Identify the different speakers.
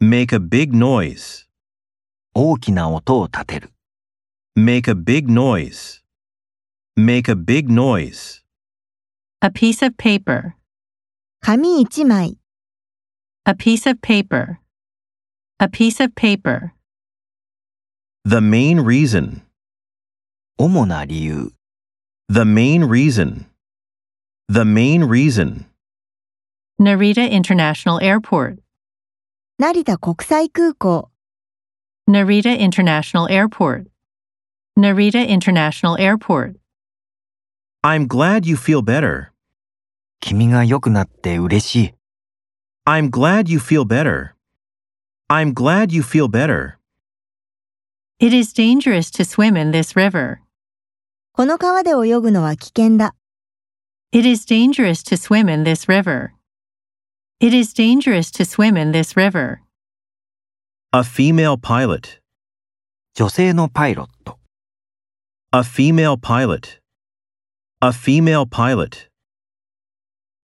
Speaker 1: Make a big noise.
Speaker 2: 大きな音を立てる。
Speaker 1: Make a big noise. Make a big noise.
Speaker 3: A piece of paper.
Speaker 4: 紙一枚、
Speaker 3: A piece of paper. A piece of paper.
Speaker 1: The main reason.
Speaker 2: 主な理由。
Speaker 1: The main reason. The main reason.
Speaker 3: Narita International Airport.
Speaker 4: 成田国際空港、
Speaker 3: Narita International Airport. Narita International Airport.
Speaker 1: I'm glad you feel better.
Speaker 2: 君が良くなって嬉しい。
Speaker 1: I'm glad you feel better. I'm glad you feel better.
Speaker 3: It is dangerous to swim in this river.
Speaker 4: この川で泳ぐのは危険だ。
Speaker 3: It is dangerous to swim in this river. It is dangerous to swim in this river.
Speaker 1: A female pilot.
Speaker 2: 女性のパイロット。
Speaker 1: A female pilot. A female pilot.